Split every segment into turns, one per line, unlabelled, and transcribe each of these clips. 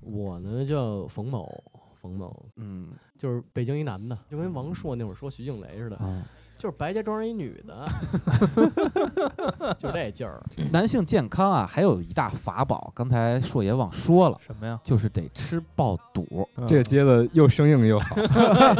我呢叫冯某，冯某
嗯
就是北京一男的，就跟王朔那会儿说徐静蕾似的，
啊，
就是白家庄一女 的，就这劲儿。
男性健康啊，还有一大法宝，刚才硕爷忘说了，
什么呀？
就是得吃爆肚。
嗯
这接的又生硬又好。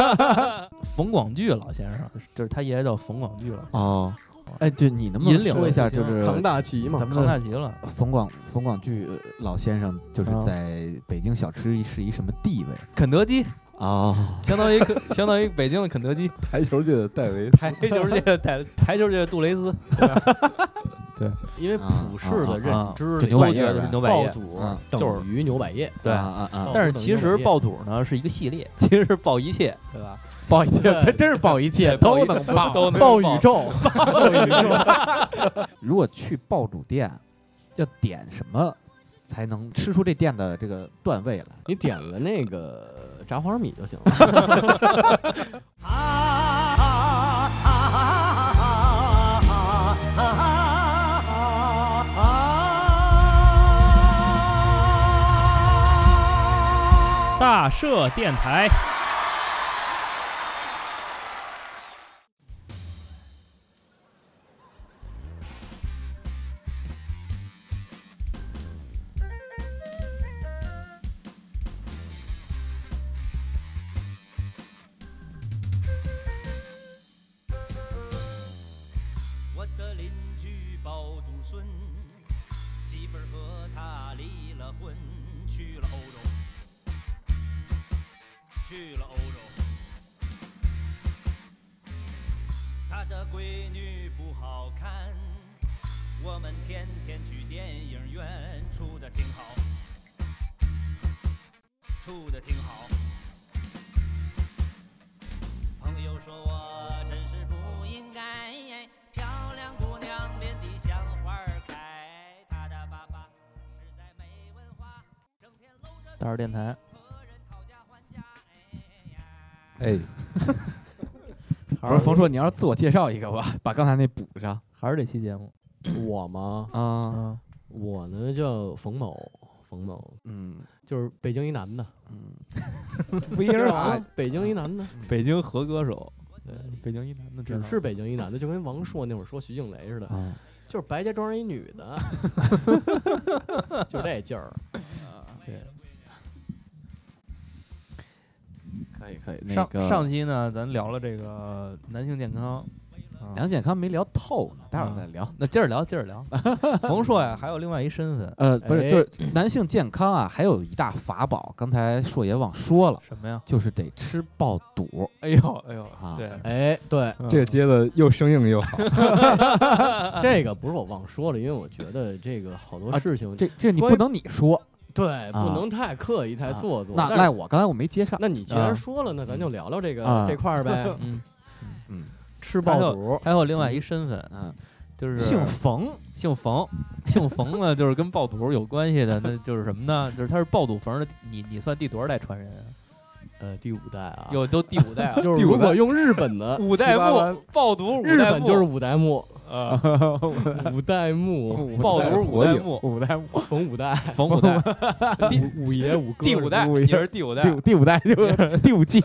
冯广聚老先生，就是他爷爷叫冯广聚了，
哦，哎，就你能不
引
能
领
说一下，
了北
就
京
是
庞大奇嘛
咱，们康大吉了。
冯广冯广聚老先生就是
啊
在北京小吃是一什么地位
肯德基
哦，
相当于肯 相当于北京的肯德基，
台球界的 戴维，
台球界 的台台球界的杜蕾斯
因为普世的认知
啊啊啊啊
里
就牛
都
百
觉
叶
得是
呗
牛百
爆
叶，啊
肚
嗯
就是
等于牛百 叶，
对。
啊啊啊，
但是其实爆肚呢是一个系列， 其实是爆一切，对吧？
爆一切，这真是爆一切，都能爆，
都能
爆
爆
宇宙，爆宇宙，
如果去爆肚店，要点什么才能吃出这店的这个段位来？
你点了那个炸花生米就行了。
大社电台，
我的邻居包独孙，媳妇儿和他离了婚，去了欧洲，去了欧洲。他的闺女不好看，我们天天去电影院，处的挺好，处的挺好。朋友说我真是不应该，哎漂亮姑娘遍地像花儿开。她的爸爸实在没文化，整天搂着
大是电台，
和人讨价还价。哎呀，
哎，
还
不是冯硕，你要是自我介绍一个吧，把刚才那补上
还是这期节目
我吗？
啊。
啊，
我呢叫冯某，冯某
嗯
就是北京一男的，
嗯，
不一
人
啊
啊，
北京一男的，
北京和歌手，
对，
北京一男的
只是北京一男的，就跟王朔那会儿说徐静蕾似的，
啊，
就是白家庄一女的，就这劲儿。
对
可以可以，那
上
个
上期呢，咱聊了这个男性健康，啊
梁健康没聊透呢，待会儿再聊。
那接着聊，接着聊。冯硕呀，还有另外一身份，
呃，不
哎
是，就是男性健康啊，还有一大法宝，刚才硕爷忘说了，
什么呀？
就是得吃爆肚
哎呦，哎呦
啊
对，
哎，对，
嗯
这接的又生硬又好。
这个不是我忘说了，因为我觉得这个好多
啊
事情，
这这你
关于
不能你说，
对不
啊
能太刻意、太做作。
那
但是
赖我，刚才我没接上。
那你既
啊。
然说了，那咱就聊聊这个
啊
这块儿呗
嗯，
吃
还
爆
有
肚，
还有另外一身份，
嗯，
就是啊
姓冯，
姓冯，姓冯呢，就是跟爆肚有关系的，那就是什么呢？就是他是爆肚冯的，你你算第多少代传人啊？
呃，第五代啊，，
有都第五代了，
就是
第五
如果
代
用日本的
五代
七八万
目爆肚，五
日
代
本
目
就是五代目，
啊，
五代目，
爆肚五代目，
五代目，
冯五代，
冯五代，第
五爷五哥，
第五代，
五爷
你是第五代，
第五代 就第五季，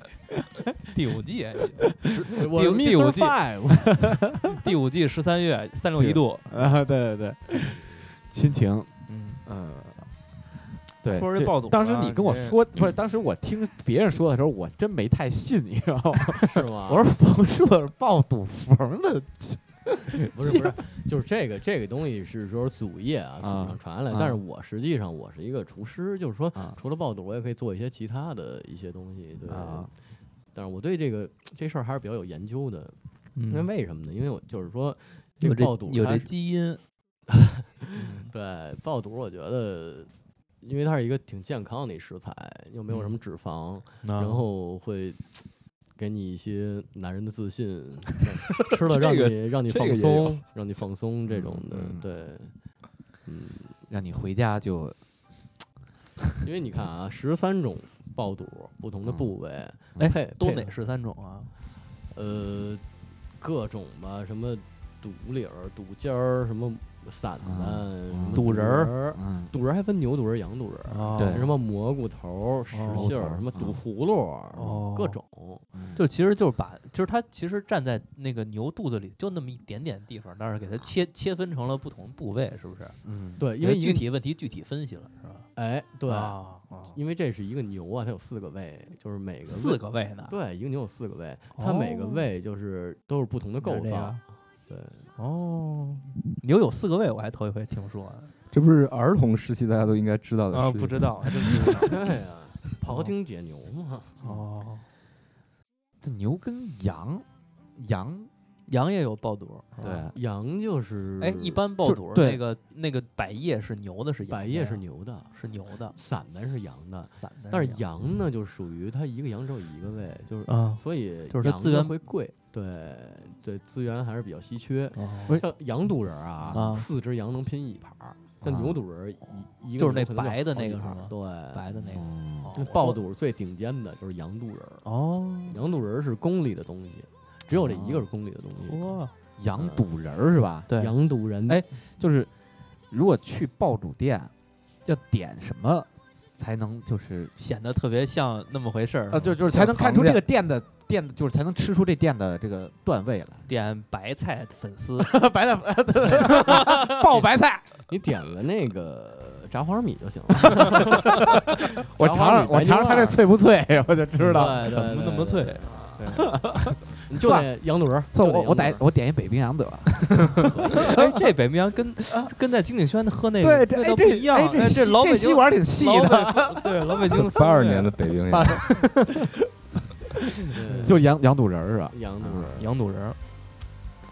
第五季，
我
第
是
五第
Mr.
五季
Five，
第五季十三月三六一度，
啊，对对对，亲情，
嗯，
嗯，对。
说这
这
暴走
当时
了
你跟我
啊这
说，不是，当时我听别人说的时候，我真没太信，你知道吗？
是吗？
我说冯硕是暴赌冯的，
不是不是，就是这个这个东西是说祖业啊，祖
啊
上传来。
啊
但是我实际上我是一个厨师，就是说
啊
除了爆肚，我也可以做一些其他的一些东西，对。
啊
但是我对这个这事儿还是比较有研究的。那
嗯
为什么呢？因为我就是说，这
有
个
这
爆肚
有
它
这
是啊
基因，
对爆肚，我觉得。因为它是一个挺健康的一食材，又没有什么脂肪，
然
然后会给你一些男人的自信， 让吃了让你、
这个
让你
这个也
放
有
松，让你放松这种的，
嗯嗯
对，嗯，
让你回家就
因为你看啊，十三种爆肚，不同的
嗯
部位，
哎
配
都
配
哪十三种啊？
呃各种吧，什么肚里儿、肚尖儿、什么散
啊
蛋、什么
肚仁儿
儿、
嗯，
肚仁儿还分牛肚仁儿、羊肚仁儿，
哦
对
什么蘑菇头儿、石
哦
杏
头儿
儿，什么肚
嗯
葫芦儿，
哦
各种。
就其实就是把，就是它其实站在那个牛肚子里就那么一点点地方，但是给它 切切分成了不同部位，是不是？
嗯，
对，因为一
具
个
体问题具体分析了，是吧？
哎，对，
哎啊，
因为这是一个牛啊，它有四个胃，就是每个
四个胃呢，
对，一个牛有四个胃，它每个
哦
胃就是都是不同的构
就是这
造
样。
对，
哦，牛有四个胃，我还头一回听说
这不是儿童时期大家都应该知道的事
啊
情。
不知道，还真不知 道。
对呀，庖丁解牛嘛。
哦，
这牛跟羊，羊
羊也有爆肚，是吧
对，
羊就是
哎，一般爆
就
肚
对
那个那个百叶是牛的，是羊的
百叶是
呀
牛的，
是牛的，
散的是羊的，
散的
但是
羊
羊呢就属于它一个羊只有一个胃，就是
啊，
所以
就是它
羊
资
的
源
会贵，对对，资源还是比较稀缺。
哦
像羊肚人儿啊，
啊
四只羊能拼一盘儿，像
啊
牛肚人儿一一个
就是那
牛可能
白的
好
那
几
个是
盘儿
吗
对，
哦白的那个
嗯
那
哦
爆肚最顶尖的就是羊肚人儿，
哦，
羊肚人儿是宫里的东西，只有这一个是宫里的东西。
哇，
羊肚仁儿是吧？
对，
羊肚人，
哎就是如果去爆肚店，要点什么才能就是
显得特别像那么回事儿
啊，就就是
小
才能看出这
行
个店的店的，就是才能吃出这店的这个段位 来。
点白菜粉丝
白的爆白 菜，
你点了那个炸花生米就行了。
我尝尝，我尝尝它这脆不脆， 我就知道。
对
怎么那么脆？
你就得羊肚人儿，
算
就得
我我
羊
点我点一北冰洋得了，
哎，这北冰洋跟跟在金鼎轩喝那
啊对，
个
这
味
哎
道
这
不一样
哎，
哎
这
老北
这吸
京
管挺细的，
老北对老北京
八二年的北冰洋，
肚人
就是羊羊肚仁儿是啊吧？
对
嗯
羊嗯肚人儿
羊肚仁儿，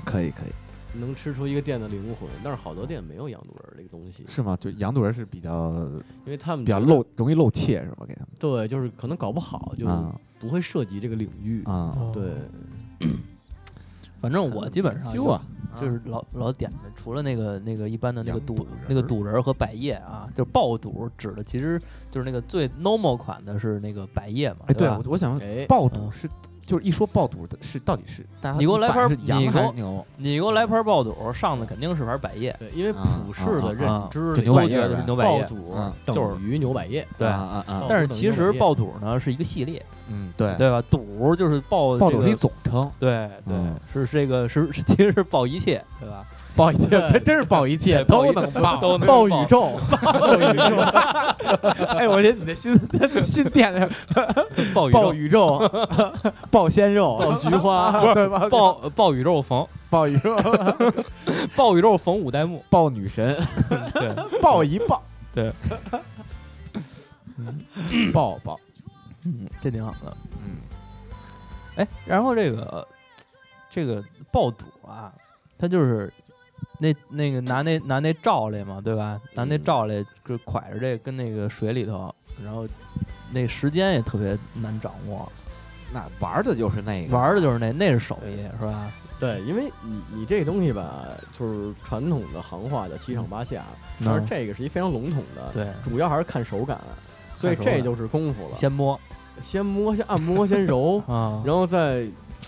可以可以，
能吃出一个店的灵魂，但是好多店没有羊肚人儿这个东西，
是吗？就羊肚仁儿是比较
嗯
因为他们
比较
觉得
露，容易露怯是吧？给他们
对，就是可能搞不好就
啊
不会涉及这个领域。
啊，
对，
哦反正我基本上
揪啊，
就是老老点的，除了那个那个一般的那个
羊肚
肚
仁儿
那个肚仁儿和百叶啊，就是爆肚指的其实就是那个最 normal 款的是那个百叶嘛，
哎，对
对吧
我我想问
哎，
爆肚
嗯
是就是一说爆肚的是到底是大家
你给我
一
来
反
盘儿
是羊
你给
还
我
是牛？
你给我来盘爆肚，上的肯定是盘百叶，
对，因为
啊
普世的
啊
认
啊
知
就
里
牛
都
百
面
叶
觉得
呗
是牛百
爆
叶，啊
肚
嗯
等于牛百叶，
对
啊。啊啊！
爆
啊
但是
肚等于
其
牛
实
百叶
爆肚呢是一个系列，
嗯，对，
对吧？肚就是爆
爆
这
肚是一
个
总称，
对对
嗯，
是这个是是其实是爆一切，对吧？
爆一切，真真是爆一切，
对爆
都
一
能爆，
都能
爆
爆
宇宙，爆宇宙。哎，我觉得你的新新店的
爆宇
爆
宙
宇宙，爆鲜肉，爆 菊花，对吧？
爆爆宇宙逢
爆宇宙，
爆宇宙逢五 代目，
爆女神，
对，
爆一爆，
对，
爆爆，
嗯，这挺好的。
嗯，
哎，然后这个这个爆肚啊，它就是那那个拿那拿那罩来嘛，对吧？拿那
嗯
罩来就蒯着这跟那个水里头，然后那时间也特别难掌握，
那玩的就是那个
玩儿的就是那那是手艺是吧？
对，因为你你这东西吧，就是传统的行话叫七上八下，但是
嗯
这个是一非常笼统的，
对，
主要还是看手感，所以
看手感
这就是功夫了。
先摸，
先摸，先按摩，先揉
啊，
然后再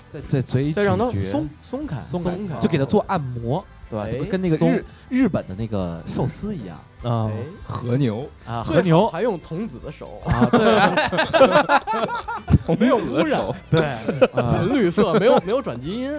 在在嘴里
再让它
咀嚼
松松开，
松
松开，
就给它做按摩，对吧？
哎
就跟跟那个
松
日日本的那个寿司一样
啊
哎，
和牛，
啊，
最
和牛
好还用童子的手，啊
啊，对
没有污染，
对啊，
纯绿色，没有没有转基因，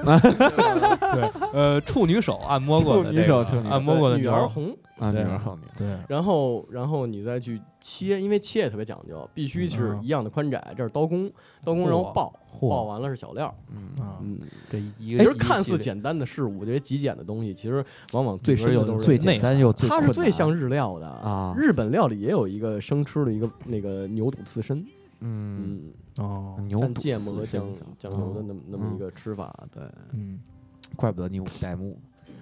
呃，处女手 按摩过的
处女
这
手
个
处女手
按摩过的
呃女
牛
儿红。
啊，
对
女儿后面
对，
然后，然后你再去切，因为切也特别讲究，必
嗯
须
啊
是一样的宽窄。这是刀工，刀工然后
嚯
爆，
嚯
爆完了是小料。
嗯
啊，
嗯，
这一
其
个
哎
实看似简单的事物，这些极简的东西，其实往往最深
里
的
边有
都是
最
内
简单又最
它是
困
最
难
像日料的
啊
日本料理也有一个生吃的一个那个牛肚刺身，
嗯
嗯，
哦，
牛
蘸
肚
芥末
刺
和
身
酱
上
酱油的
哦
那么那么一个吃法，对，
嗯，
怪不得你五代目。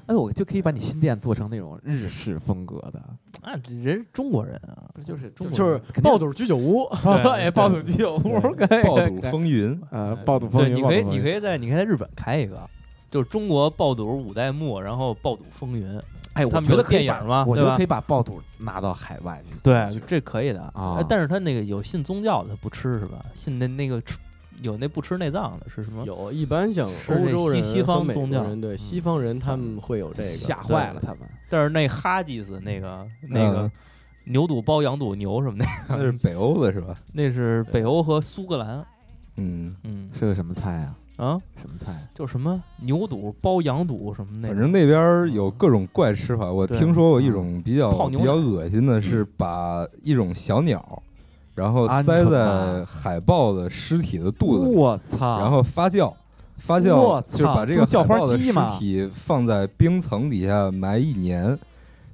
哎，我就可以把你新店做成那种日式风格的，
那人是中国人啊，
不是就是中
就
国
是
人肯定
爆肚居酒屋，
对
哎，爆肚居酒屋
对
可以
爆肚
可以
风云，
呃，爆肚风
对，
云，
你可以，
爆肚风
你
云
可以在你可以在日本开一个，就是中国爆肚五代目，然后爆肚风云。
哎，我
他们
觉得
有
可以
电
把
影嘛
我觉
对
得
吧
可以把爆肚拿到海外去，
对，这可以的呃
啊
哎但是他那个有信宗教的他不吃是吧？信那那个吃有那不吃内脏的是什么？
有，一般像
是那
欧洲
西
人
西
和
方
美
宗
国
教
人对西方人他们会有这个
吓坏了他们。
但是那哈吉斯那个那个
嗯
牛肚包羊肚牛什么的，
那是北欧的是吧？
那是北欧和苏格兰。
嗯，
嗯
是个什么菜啊？
啊，
什么菜？
就什么牛肚包羊肚什么那
反
个，
正那边儿有各种怪吃法。我
对嗯
听说过一种比较
泡牛奶
比较恶心的是把一种小鸟，然后
鹌鹑
塞在
吧
海豹的尸体的肚子里，
我操！
然后发酵。发
我
酵
操
就是把这
就
个
叫
海
花
豹的
鸡
尸
嘛
体放在冰层底下埋一年，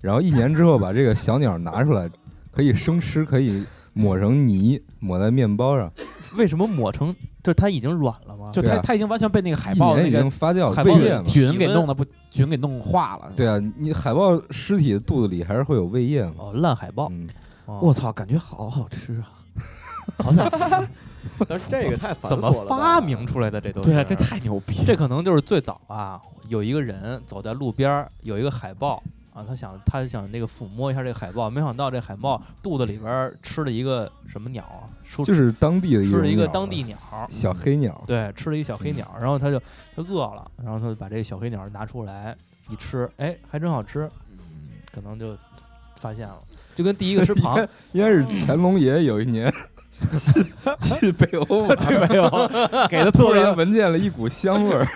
然后一年之后把这个小鸟拿出来，可以生吃，可以抹成泥，抹在面包上。
为什么抹成就是它已经软了吗？
就
对
它
啊
它已经完全被那个海
一
豹
年
那
已
个
经发酵
海
胃
豹
液
的
嘛，
哦菌给
体温
弄的不菌给弄化了。
对啊，你海豹尸体肚子里还是会有胃液嘛。
哦，烂海豹，
嗯，
哦
我操，感觉好好吃啊！
但是这个太繁
怎
琐
么
了吧，
发明出来的这东西？
对啊，这太牛逼了！
这可能就是最早啊，有一个人走在路边儿，有一个海豹啊，他想他想那个抚摸一下这个海豹，没想到这海豹肚子里边儿吃了一个什么鸟啊，出
就是当地的一
吃
种
了一个
鸟啊
当
嘛
地鸟，
小黑鸟，
对，吃了一小黑鸟，然后他就他饿了，然后他就把这个小黑鸟拿出来一吃，哎，还真好吃，
嗯
可能就发现了，就跟第一个 吃螃蟹，
应该是乾隆爷有一年去去北欧 玩，去北欧
给他
突
做了一
然 闻见了一股香味儿，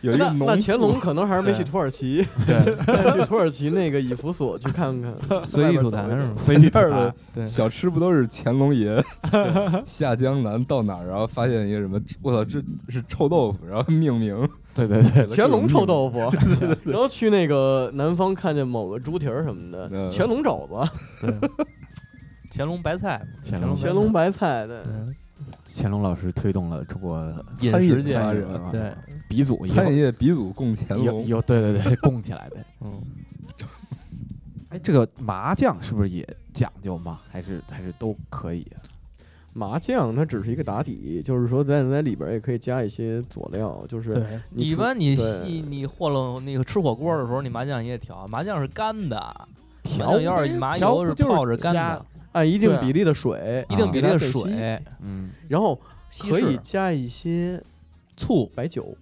有一个
那
农
那乾
妇
隆可能还是没
对
去土耳其，
对，
去土耳其那个以弗所去看看，
随地
外边
吐
走
痰
一
是
走
吗？
随地
那儿的
对，
小吃不都是乾隆爷下江南到哪儿，然后发现一个什么，我操，这是臭豆腐，然后命名
对对对，
乾隆臭豆腐， 然后去那个南方看见某个猪蹄儿什么的，
嗯
乾隆肘子、
对，乾隆白菜嘛，乾
隆
乾
乾
隆白菜的，
乾隆老师推动了中国啊
饮
餐
食
饮
界
发
餐饮
展，
文化
对，
鼻祖以后
餐饮业鼻祖供乾
有
隆，
有对对对，供起来的。
嗯。
哎，这个麻将是不是也讲究吗？还是还是都可以啊？
麻酱它只是一个打底，就是说咱在里边也可以加一些佐料，就是
对，
你
一
除
般你
对
细你和了那个吃火锅的时候，你麻酱也得调，麻酱是干的，麻
调
酱要是麻
调
油
不
是
就是
泡着干
加
的，
按一定
对啊
比例的水，
一定比例的
给它
水，
嗯
然后
稀
可以
释
加一些
醋
白酒，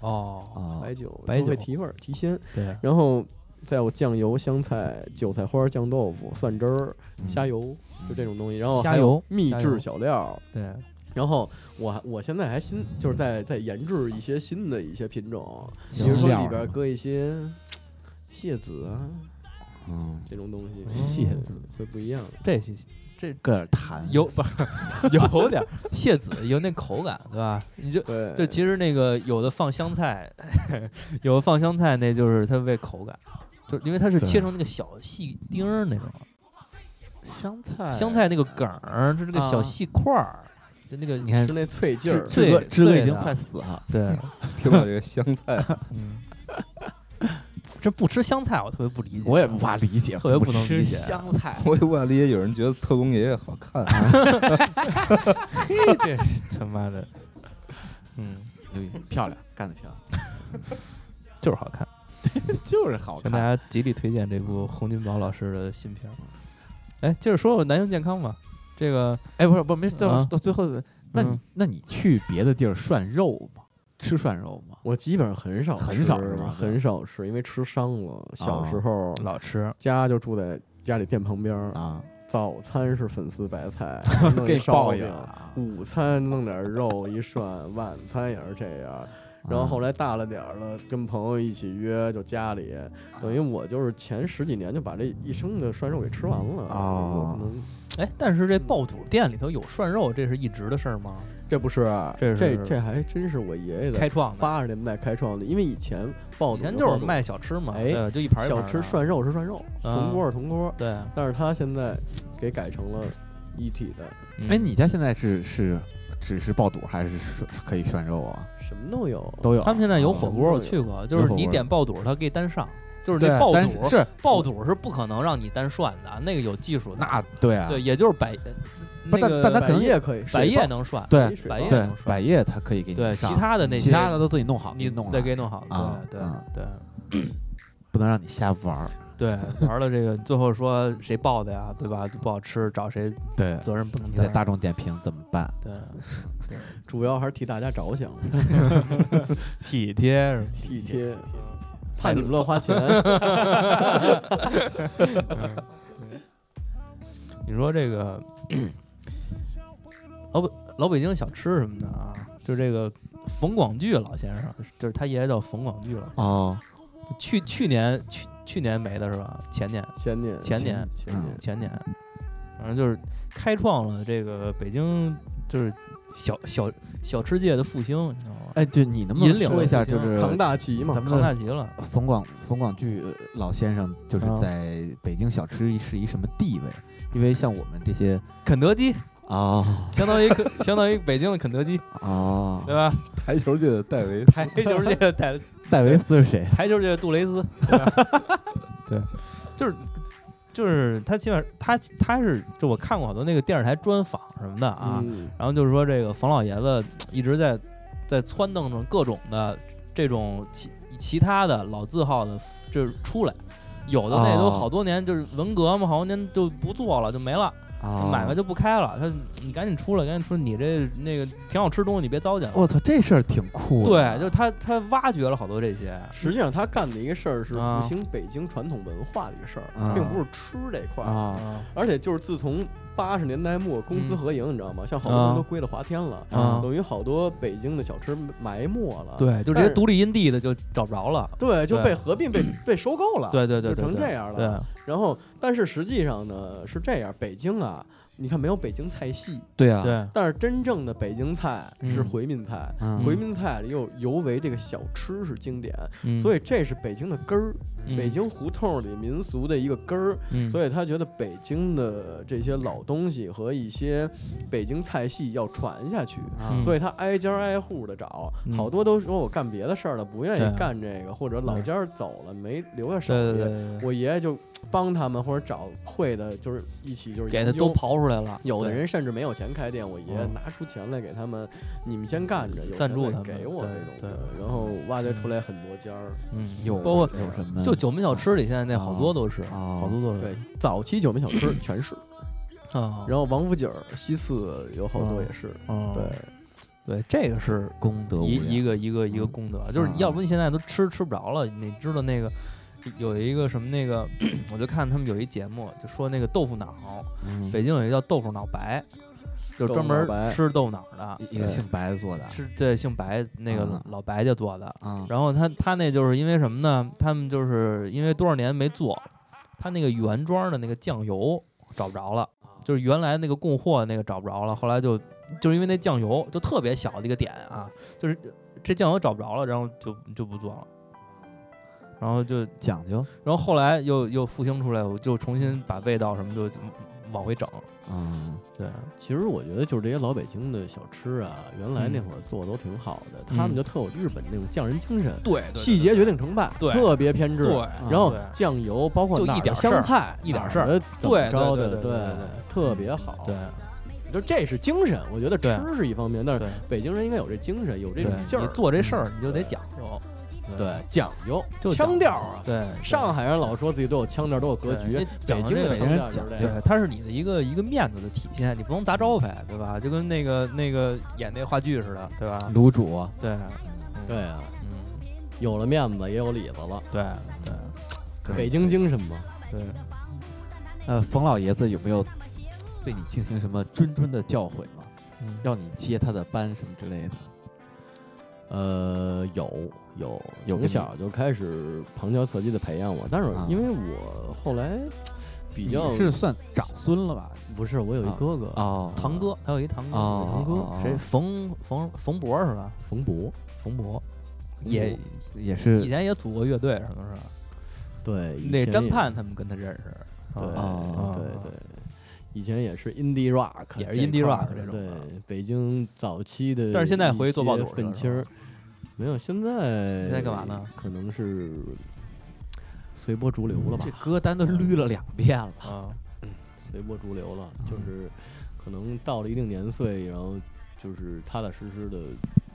哦，
啊，
白酒
白
就会
酒
提味儿提鲜，
对，
然后再有酱油、香菜、韭菜花、酱豆腐、蒜汁儿、
嗯
虾油，就这种东西，然后
虾
还有
油
秘
虾油
制小料，
对，
然后我还我现在还新就是在在研制一些新的一些品种，比
香
如说
嗯料
里边
啊
是吧
搁一些蟹籽啊
嗯，
这种东西，
蟹籽
会不一样。
这些
搁点痰
有不是 有点儿蟹籽有那口感，对吧？你就
对，
就其实那个有的放香菜， 有的放香菜，那就是它为口感，就因为它是
对
切成那个小细丁儿那种，
香菜
香菜那个梗儿，它是那个小
啊
细块儿，就那个
你看
吃那脆劲
志
儿，
志哥
脆
志哥
脆
已经
的
快死了，
对，
听到这个香 菜，
嗯，这不吃香菜我特别不理解，
我也无法理解，
特别不能
吃
理解
香 菜
我也无法理解有人觉得特工爷爷 好看，
嘿 这他妈的，嗯，
牛逼漂亮，干得漂 亮，
就是好看，
就是好
向大
看。
家极力推荐这部洪金宝老师的新片儿。哎，接着说说男性健康吧，这个
哎，不是不是没到
啊
到最后，那你
嗯
那你去别的地儿涮肉吗？吃涮肉吗？
我基本上很少
很少
吃
是吧
很少吃，因为吃伤了。小时候
老吃
家就住在家里店旁边儿，
啊，
早餐是粉丝白菜，弄一
给
烧
报应
饼
了啊！
午餐弄点肉一涮，晚餐也是这样。然后
啊
后来大了点儿了，跟朋友一起约，就家里，等于我就是前十几年就把这一生的涮肉给吃完了
哦
我可能
哎，但是这爆肚店里头有涮肉，这是一直的事儿吗？
这不是，
这是
这这还真是我爷爷
开
在
创的，
八十年代开创的，因为以前爆
以
肚
前就是
爆肚
卖小吃嘛，
哎
对，就一盘儿一
小
盘儿
吃
的
涮，肉是涮肉，
啊
铜锅是铜锅，
对，
但是他现在给改成了一体的，
哎，
嗯
你家现在是是只是爆肚还是涮可以涮肉啊？
什么都有。
都有。
他们现在有
啊
火锅，我去过，就是你点爆肚，它可以单上，就是
对
那爆
但
肚
是是
爆肚是不可能让你单涮的，那个有技术的。
那对啊，
对，也就是百，呃
不
那
但
个
但它
百
可能
叶可以，
百
水
叶
爆
能涮，
对
水
百
爆
叶
对
能涮，
百叶它可以给你
对，
上
其他的那
其
些
他的都自己弄好，
你
弄
得
了
给弄好，
啊
对
嗯
对对，
不能让你瞎玩儿。
对，玩了这个，最后说谁爆的呀，对吧？就不好吃，找谁
对，
责任不能
在
担？
大众点评怎么办？
对，
主要还是替大家着 想，
体贴是吧
体 贴，怕你们乱花钱。
你说这个 老北老北京小吃什么的啊，就这个冯广聚老先生，就是他爷爷叫冯广聚了。
哦，
去去年去去年没的是吧？前年
前年，
前年啊
前年，
前年，反正就是开创了这个北京就是小小小吃界的复兴，你知道吗？
哎，就你能不
引
能
领
说一下，
了北
就
京
是
扛大旗嘛
咱，们
康
的
大吉了。
冯广冯广聚老先生，就是
啊
在北京小吃是一什么地位？因为像我们这些
肯德基
哦
相当于可相当于北京的肯德基，
哦，
对吧？
台球界的戴维，
台球界的台
戴维斯是谁？
台球界的杜蕾斯，对吧？ 对，就是就是他起码他他是就我看过好多那个电视台专访什么的啊，
嗯
然后就是说这个冯老爷子一直在在撺掇着各种的这种其其他的老字号的，就是出来，有的那都
哦
好多年就是文革嘛，好多年就不做了，就没了，
哦
买卖就不开了。他你赶紧出来，赶紧出来，你这那个挺好吃东西，你别糟践了。
我操，这事儿挺酷
对，
的。
就是他他挖掘了好多这些，
实际上他干的一个事儿是
啊
复兴北京传统文化的一个事儿
啊，
并不是吃这块儿。
啊
而且就是自从八十年代末公私合营，你知道吗？像好多
嗯啊
人都归了华天了，
啊
等于好多北京的小吃埋没了。
对，就这
啊但
些
是
独立因地的就找不着了。
对，就
对
被合 并、被被收购了。
对对对，
就
对
成
对
这样了啊
对，
然后，但是实际上呢是这样，北京啊，你看没有北京菜系，
对啊，
对，
但是真正的北京菜是
嗯
回民菜，
嗯
回民菜里又尤为这个小吃是经典，
嗯
所以这是北京的根儿，
嗯
北京胡同里民俗的一个根儿。
嗯
所以他觉得北京的这些老东西和一些北京菜系要传下去，
啊
所以他挨家挨户的找
嗯，
好多都说我干别的事儿了，不愿
对
意干这个，或者老家儿走了没留下手
嗯对对
艺。
对对，
我爷爷就帮他们或者找会的，就是一起就是
给他
研究
都刨出来了。
有的
对
人甚至没有钱开店，我爷爷
嗯
拿出钱来给他们，你们先干着，有
赞助
钱
他
再
们
给我
对
这种
对
的，然后挖掘出来很多家儿。
嗯
有
包括
有什么？
就九门小吃里现在那好多都是，
哦
好多都是
啊对，早期九门小吃全是，
啊，
然后王府井儿、西四有好多也是，
后
对。
嗯对，这个是
功德无
一
量
一个一个一个功德，就是
啊
嗯
要不你现在都吃吃不着了，你知道那个。有一个什么那个，我就看他们有一节目，就说那个豆腐脑，
嗯
北京有一个叫豆腐脑白，就专
豆腐脑
门
白
吃豆腐脑的，
一个姓白做的
吃对姓白那个
啊
老白家做的。
嗯
啊，
然后他他那就是因为什么呢？他们就是因为多少年没做，他那个原装的那个酱油找不着了，
啊
就是原来那个供货那个找不着了，后来就就是因为那酱油就特别小的一个点啊，就是这酱油找不着了，然后就就不做了。
嗯
然后就，
讲究
然后后来又又复兴出来，我就重新把味道什么就往回整。
啊，
对，
其实我觉得就是这些老北京的小吃啊，原来那会儿做的都挺好的，他们就特有日本那种匠人精神，
对，
细节决定成败，
对
特别偏执。
对，
然后
对
酱油包括
就
哪
一
儿
点
的
事儿
香菜，
一点
哪儿
事儿
的怎么
对对
着
对
的，
对对对嗯
特别好。
对，
就这是精神，我觉得
对
吃是一方面，但是
对
北京人应该有这精神，有这种
对，
劲儿。
你做这事儿你就得讲究，
对讲究，
就讲究
腔调啊。
对，
上海人老说自己都有腔调，都有格局
对，
北
讲究
京
这
的
个
腔
人
调就是这样。
对，呃它是你的一个一个面子的体现，你不能砸招牌，对吧？就跟那个那个演那话剧似的，对吧？
卤煮
对，
对啊，
嗯，
有了面子也有里子了，
对
可以
北京精神嘛。
对，
呃，冯老爷子有没有对你进行什么谆谆的教诲吗？
嗯
要你接他的班什么之类的？
呃，有有，
有
从小就开始旁敲侧击的培养我，但是
啊
因为我后来比较
你是算长孙了吧？
不是我有一
啊
哥哥
哦，
堂哥，他有一堂哥，
哦，
堂哥
谁？冯冯冯博是吧？
冯博，
冯博
嗯
也
也
以
是
前也组过乐队，什么是吧？
对，以
那
前
张
也
盼啊他们跟他认识，
对
哦
对对，以前也是 indie rock，
也是
这一
indie
块
rock
儿
这种
对
的，
北京早期的一些愤青儿，
但是现在回去做爆肚去了
愤青
是
儿，没有，现在
现在干嘛呢？
可能是随波逐流了吧
这，歌单都捋了两遍了。
啊，
随波逐流了，就是可能到了一定年岁，然后就是踏踏实实的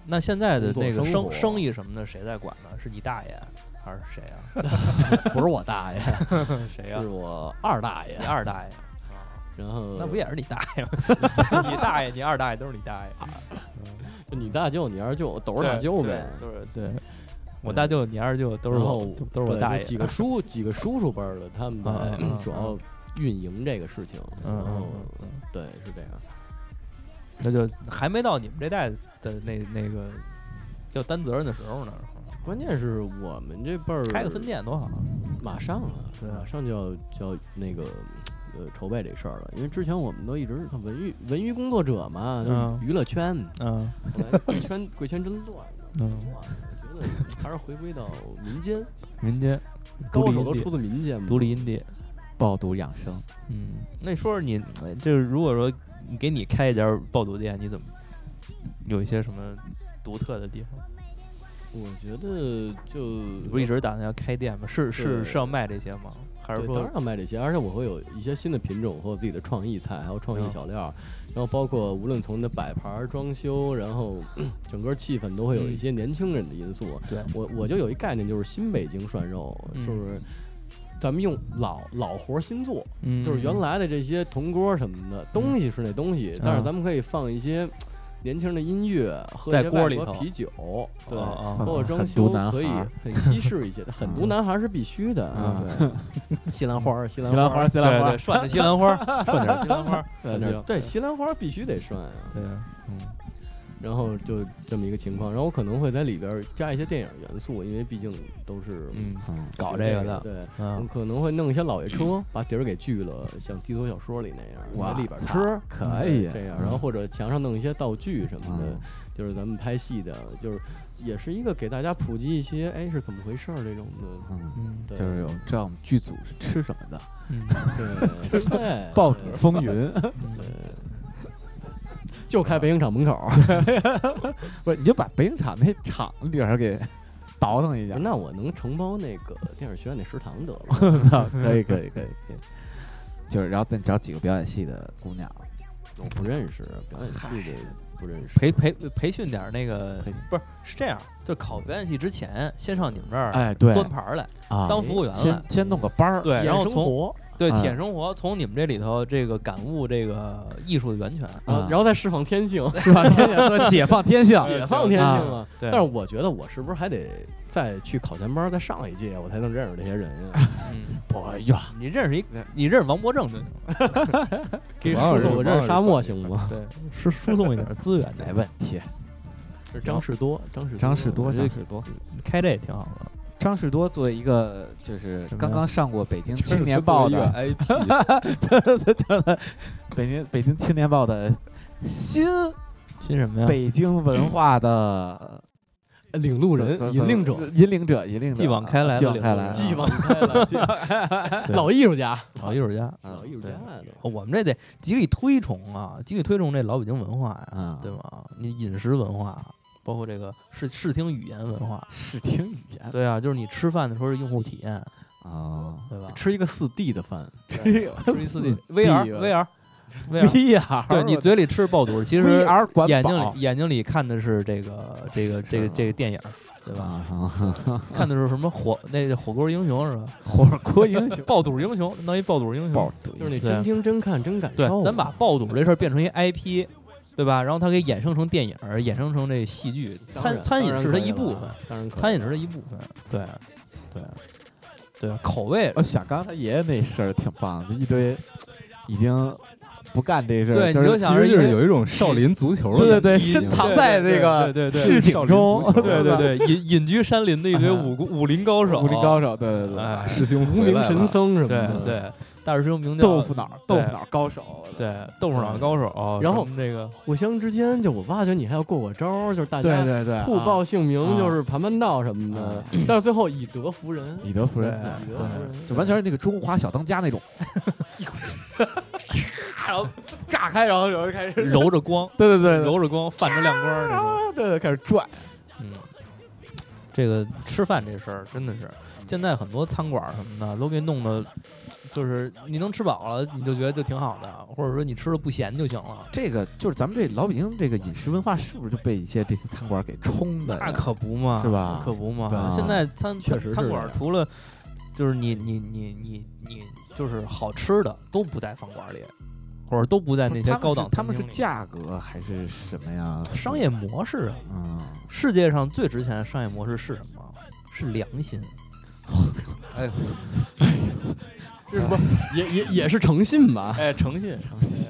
那现在的
工作
那个
生
生
活
生意什么的，谁在管呢？是你大爷，还是谁啊？
不是我大 爷，
谁呀、
是我二大爷
你。二大爷，
然后
那不也是你大爷吗？呃 啊你大爷，你二大爷都是你大爷，
你大舅、你二舅都是他
对
舅
对
呗。
都是对。我大舅、你二舅都是
然后
我，都都是嗯我
对
大
就
爷。
几个 叔、几个叔叔辈儿的，他们
嗯嗯
在
嗯
主要运营这个事情。
嗯
然后
嗯嗯嗯
对，是这样。
那就还没到你们这代的那那个要担责任的时候呢。
关键是我们这辈儿
开个分店多好啊，
马上啊，
对
马上就要就要那个呃筹备这事儿了，因为之前我们都一直是文娱文娱工作者嘛，
嗯
就是娱乐圈，
嗯
后来贵圈贵圈真乱，你知道吗
嗯
哇我觉得还是回归到民间，
民间独
高
立
手
音
都出自
地，
民间嘛，
独立音地。
爆肚养生，
嗯，那你说说你，哎就是如果说你给你开一家爆肚店，你怎么有一些什么独特的地方？
我觉得就
你不是一直打算要开店吗？是是
对
是要卖这些吗？还是
对，当
说
然要卖这些，而且我会有一些新的品种和我自己的创意菜，还有创意
嗯
小料儿，然后包括无论从你的摆盘儿、装修，然后 整个气氛都会有一
嗯
些年轻人的因素。
对
我我就有一概念，就是新北京涮肉，
嗯
就是咱们用老老活儿新做，
嗯啊
就是原来的这些铜锅什么的东西是那东西，但是咱们可以放一些年轻人的音乐，喝一
在
些
锅
外
里
国
头
啤酒，对。
啊
包括
很
装
毒
修
男
可以
孩儿
很西式一些的，很
嗯
毒男孩儿是必须的
啊
啊！对 西兰花儿，西
西兰花，
儿，
西兰
对
花
对，，涮的西兰花， 涮点西兰花，
对
对
呃对，西兰花必须得涮啊。
对，
然后就这么一个情况，然后我可能会在里边儿加一些电影元素，因为毕竟都是
嗯，
嗯，
搞这个的，
对，我
嗯，
可能会弄一些老爷车，把底儿给锯了，像低俗小说里那样，
哇
在里边儿
操
吃，
可
对
以
这样。然后或者墙上弄一些道具什么的
嗯，
就是咱们拍戏的，就是也是一个给大家普及一些，哎，是怎么回事儿这种的。
嗯，
嗯
对
就是有知道我们剧组是吃什么的，
嗯，
对对
爆肚风云，
对，哎就开北影厂门 口儿。
不是你就把北影厂那厂里边儿给倒腾一下，
那我能承包那个电影学院那食堂得了。
可以可以可以可以，就是然后再找几个表演系的姑娘，
我不认识，表演系的不认识。
培培培训点儿那个
培训，
不是是这样，就考表演系之前，先上你们这儿
哎对
端盘儿来，
啊，
当服务员来
先，先弄个班儿，
对，然后
衍生
从
活
对
啊
体验生活，从你们这里头这个感悟这个艺术的源泉，
然后
啊
然后再释放天性，
是吧？天天说解放天性，
解放天性
啊
啊。
对，
但是我觉得我是不是还得再去考前班，再上一届，我才能认识这些人啊 呀？
嗯
哎呀，
你认识一，你认识王伯正就行了，给
王老
我
师
输
说
送
我认识沙漠行吗？
对，是输送一点资源
没
哎的，
问题。
是张士多，张士
张士多，
这
张士多，
开这也挺好的，
张士多作为一个就是
什么呀
刚刚上过北京青年报
作为
的，
一个 IP，
北京北京青年报的新
新什么呀？
北京文化的
哎领路人
走、走
引领者
走、引领者、引领者，
继往开来
继往开来，
继
啊
往开来， 继往开来老艺术家，
老艺术家，
啊
老艺术家
嗯对
都。
我们这得极力推崇啊，极力推崇这老北京文化呀，
啊，
对吗？你饮食文化，包括这个视视听语言文化，
视听语言
对啊，就是你吃饭的时候是用户体验，
啊，
对吧？
吃一个四 D 的饭，
这个
吃一次 VR
啊
VR VR，
VR，
对你嘴里吃爆肚，其实
VR 管
眼睛
饱
里眼睛里看的是这个这个这个这个电影，对吧？
啊，
看的是什么火那火锅英雄是吧？
火锅英雄
爆肚英雄，弄一爆肚英雄，
肚
就是你真听真看真感
对
受，，
咱把爆肚这事儿变成一 IP，对吧？然后它给衍生成电影儿，衍生成这戏剧，
当
餐
然
餐饮是它一部，
当然，可以了当
分
啊然可以
餐饮是
了
它一部分，对，对，对，口味，
我想刚才他爷爷那事儿挺棒的，就一堆已经 不干这事儿，
对
就
你
是
就想
其实就是
一
有一种少林足球 的
对对对，
感觉
深藏在这个
对对对
市井中，
对 对对，隐隐居山林的一堆
啊
武功武林高手，
武林高手，对对对，
哎，
师兄
无
回
名
来
神
了
僧什么
对
的，
对，大师兄名叫
豆腐脑，豆
对
腐脑高手，
对豆腐脑高手，
然后
什么这个
互相之间就我发觉你还要过过招儿，就是大
对
家
对对，
互报姓名，
啊
就是盘盘道什么的，但是最后以德服人，
以德服人，
对以
对
德服人
对就完全是那个中华小当家那种，然后炸开，然后然后就开始，
揉着光，
对对对对
揉着光，泛着亮光儿那种。
对对，开始转，
嗯，这个吃饭这事儿真的是，现在很多餐馆儿什么的都给弄得就是你能吃饱了，你就觉得就挺好的，或者说你吃的不咸就行了。
这个就是咱们这老北京这个饮食文化，是不是就被一些这些餐馆给冲的呀？
那可不嘛，
是吧
可不嘛
对啊，
现在餐
确实是
餐
这
馆
样
除了就是你你你你你就是好吃的都不在饭馆里，或者都不在
不
那
是
些
他们
高
是
档
他
餐
们
厅
是
里。
价格还是什么呀？
商业模式啊，
嗯，
世界上最值钱的商业模式是什么？是良心。
哎，
这 是不也也也是诚信吧？
哎，诚信，诚信，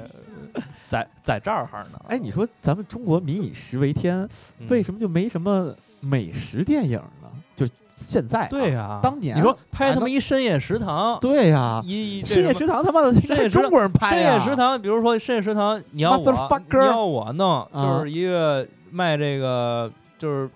在在这儿呢。
哎，你说咱们中国民以食为天，
嗯
为什么就没什么美食电影呢？就是现在啊、
对呀，
当年
你说拍
咱
他
们
们一深夜食堂，
对呀、
一一这
深夜
什么
食堂他妈的
深夜食堂
中国人拍
深
呀、
夜食堂，比如说深夜食堂，你要我，你
Motherfucker
要我弄，
啊
就是一个卖这个，就是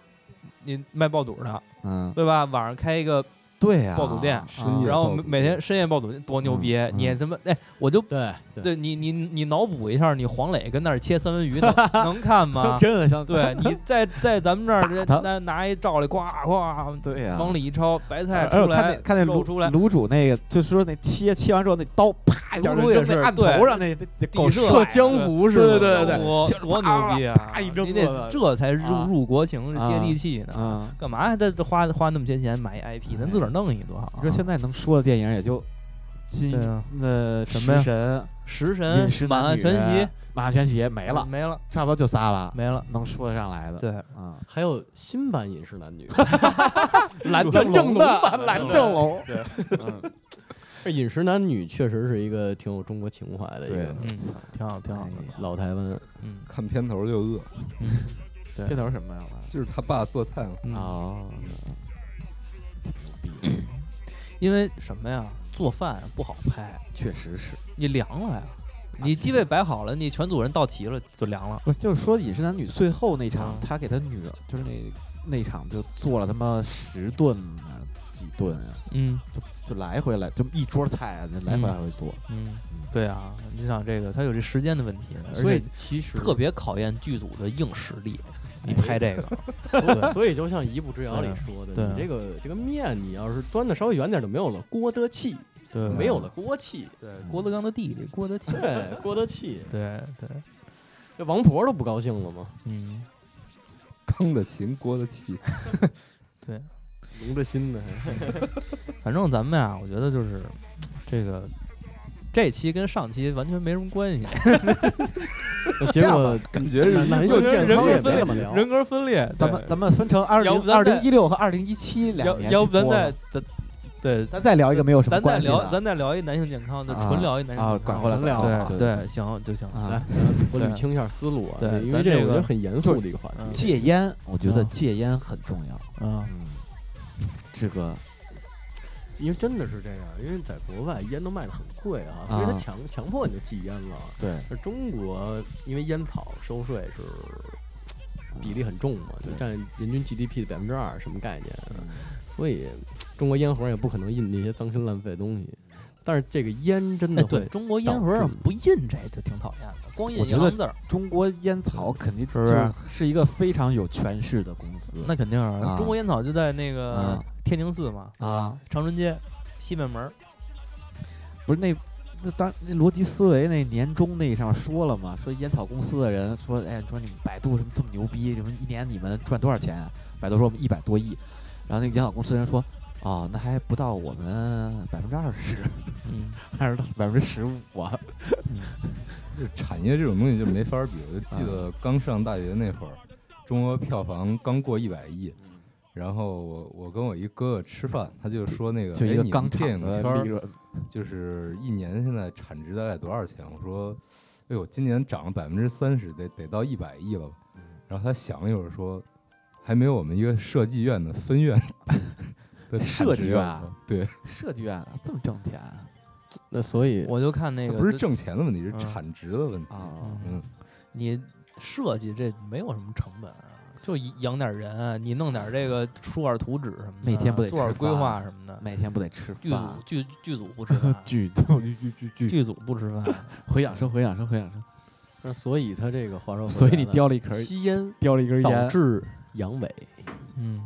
你卖爆肚的，
嗯，
对吧？晚上开一个，
对呀、啊
爆肚店
深夜
然后
爆肚
每天深夜爆肚，多牛逼！
嗯嗯
你也他妈，哎，我就
对对，
对你你你脑补一下，你黄磊跟那儿切三文 鱼，能能看吗？
真的像
对你在在咱们这 儿
他
拿拿一罩里呱呱
对呀、
往里一抄，白菜
哎
出
我看
来
那，看那
露
卤
出来，
卤煮那个，就是说那切切完之后那刀啪一下
卤煮
就
也
扔
是
那案头
对
上那那那狗
地热
射
射江湖是吧？
对对对对
多
像
多牛逼啊！
啪一扔
你
过
得
来
这才入
啊
入国情，这接地气呢。
啊！哎
干嘛还得花花那么些钱买一 IP？咱自个儿弄一个多好啊。
你说现在能说的电影也就金
对啊
那
什么呀
食神、
食
饮
神、
食
满
男
汉
女
全席嗯
满汉全席没了，
没了，
差不多就仨吧，
没了。
能说得上来的。
对，嗯
啊，
还有新版《饮食男女》，
蓝正龙的蓝正龙，
嗯，这《饮食男女》确实是一个挺有中国情怀的一
对
个
嗯，挺好，挺好
哎
的。
老台湾
嗯，
看片头就饿，
这都是什么呀？
就是他爸做菜嘛。
嗯
哦，
因为什么呀？做饭不好拍，
确实是，
你凉了呀。你机位摆好了，你全组人到齐了就凉了。
不是就是说《饮食男女》最后那场
啊，
他给他女儿就是那那场就做了他妈十顿啊几顿啊，
嗯
就来回来就一桌菜啊，就来回来回做。
嗯，对啊，你想这个，它有这时间的问题，而
所以
且
其实
特别考验剧组的硬实力。
哎
你拍这个，对
所以就像《一步之遥》里说
对
的，你这个这个面，你要是端的稍微远点，就没有了锅的气，
对，
没有了锅气，
对郭德纲的弟弟郭德纲，
对，锅的气，
对对，
这王婆都不高兴了吗？
嗯，
钢的琴，锅的气，
对。
龙的心呢？
反正咱们呀、我觉得就是这个这期跟上期完全没什么关 系，
结果
感觉是
男性健康也别这么聊，
人格分裂。
咱们咱们分成二
要
零
不咱
二
再
零一六和二零一七两
要
年
要
去
不咱
播
再
吧
咱对，
咱再聊一个没有什么
咱再
关系的
聊咱再聊一男性健康，就
啊
纯聊一男性
啊，
健
拐
康。
回来
纯聊
拐回来
对
对
对，行就行了。
啊
来。我捋清一下思路啊，
对
因
咱
为
这
我觉
个
得很严肃的一个话题。
嗯
戒烟，我觉得
啊
戒烟很重要。
嗯，
嗯，志哥，
因为真的是这样，因为在国外烟都卖的很贵啊，所以他
啊
强强迫你就戒烟了。
对，
而中国因为烟草收税是比例很重嘛，就
对
占人均 GDP 的百分之二，什么概念啊？所以中国烟盒也不可能印那些脏心烂肺的东西。但是这个烟真
哎，
的
对
会，
中国烟盒上不印这就挺讨厌的，光印
我觉
一
得
行字儿，
中国烟草肯定
是不
就是是是一个非常有权势的公司。
那肯定啊。
啊
中国烟草就在那个
啊
天宁寺嘛，
啊，
长春街西面门儿。
不是那那当那逻辑思维那年终那上面说了嘛，说烟草公司的人说，哎，说你们百度什么这么牛逼，什么一年你们赚多少钱、啊？百度说我们一百多亿，然后那个烟草公司人说，哦，那还不到我们百分之二十，
嗯，
还是到百分之十五啊？
就是产业这种东西就没法儿比。我就记
啊
得刚上大学那会儿，中国票房刚过一百亿，然后我我跟我一哥哥吃饭，他就说那个
就
哎
一个
你们
钢
电
厂
影
的
圈儿
利润，
就是一年现在产值大概多少钱？我说，哎呦，今年涨了百分之三十，得得到一百亿了吧？然后他想了一会儿说，还没有我们一个设计院的分院 的产
设计
值
院
要高对，
设计院这么挣钱啊？
那所以
我就看那
它
个
不是
就
挣钱的问题，是
嗯
产值的问题。
哦
嗯，
你设计这没有什么成本啊，就一养点人，啊你弄点这个出点图纸什么的，
每天不得
做点
吃
规
饭
划什么的。
每天不得吃
剧组
饭？，
剧剧组不吃饭
剧组剧剧剧剧
剧组 不吃饭，
回养生回养生回养生，
那所以他这个话说回来了，
所以你叼了一根啊
吸烟
叼了一根
导
烟，
致阳痿，
嗯，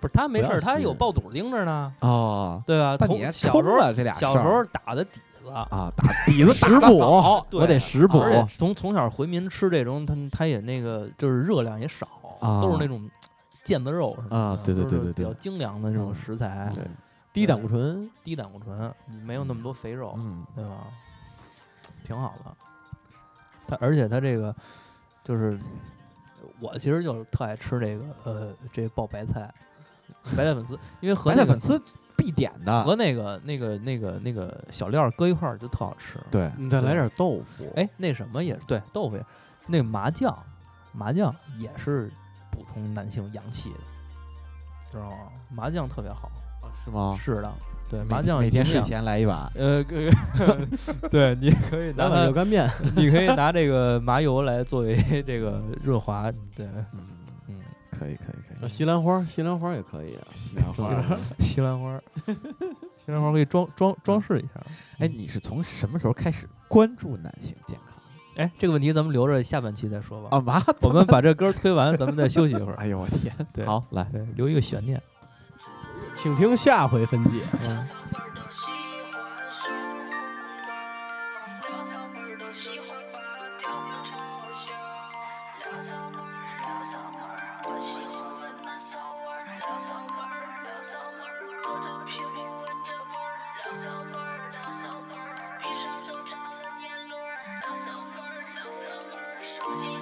不是他没事
不要
儿，
信
他有爆肚盯着呢，
哦，
对吧？
但你
从
还
小
冲
时候
了这俩
小
事
时
儿
候打的底子，
啊，打底子
食
打得
补
好，
对
我得食补。
而且从从小回民吃这种，他他也那个就是热量也少，
啊
都是那种腱子肉什么的
啊对对
都是
对对对
比较精良的那种食材，
对低胆固醇，
低胆固醇，你没有那么多肥肉，
嗯，
对吧？挺好的。他而且他这个就是我其实就是特爱吃这个呃这爆白菜，白菜粉丝，因为和
白
那
菜
个
粉丝啊必点的，
和那个那个那个那个小料儿搁一块儿就特好吃。
对，
嗯
你再来点豆腐。
哎，那什么也是对，豆腐也是，那麻酱，麻酱也是补充男性阳气的，知道吗？麻酱特别好，
是吗？
是的，对，
啊每
麻酱
每天
营
睡
养。
前嗯来一碗，
呃， 对，你可以拿
来碗
它
热干 面，
你可以拿这个麻油来作为这个润滑，对，嗯，
可以可以可以，
西兰花，西兰花也可以啊。
西 兰花。
西兰花儿，西兰花儿可以装装装饰一下。
哎，你是从什么时候开始关注男性健康
哎，这个问题咱们留着下半期再说吧。
啊？妈，
我们把这歌儿推完，咱们再休息一会儿。
哎呦我天，
对
好来，
对，留一个悬念。
请听下回分解。
嗯。
手机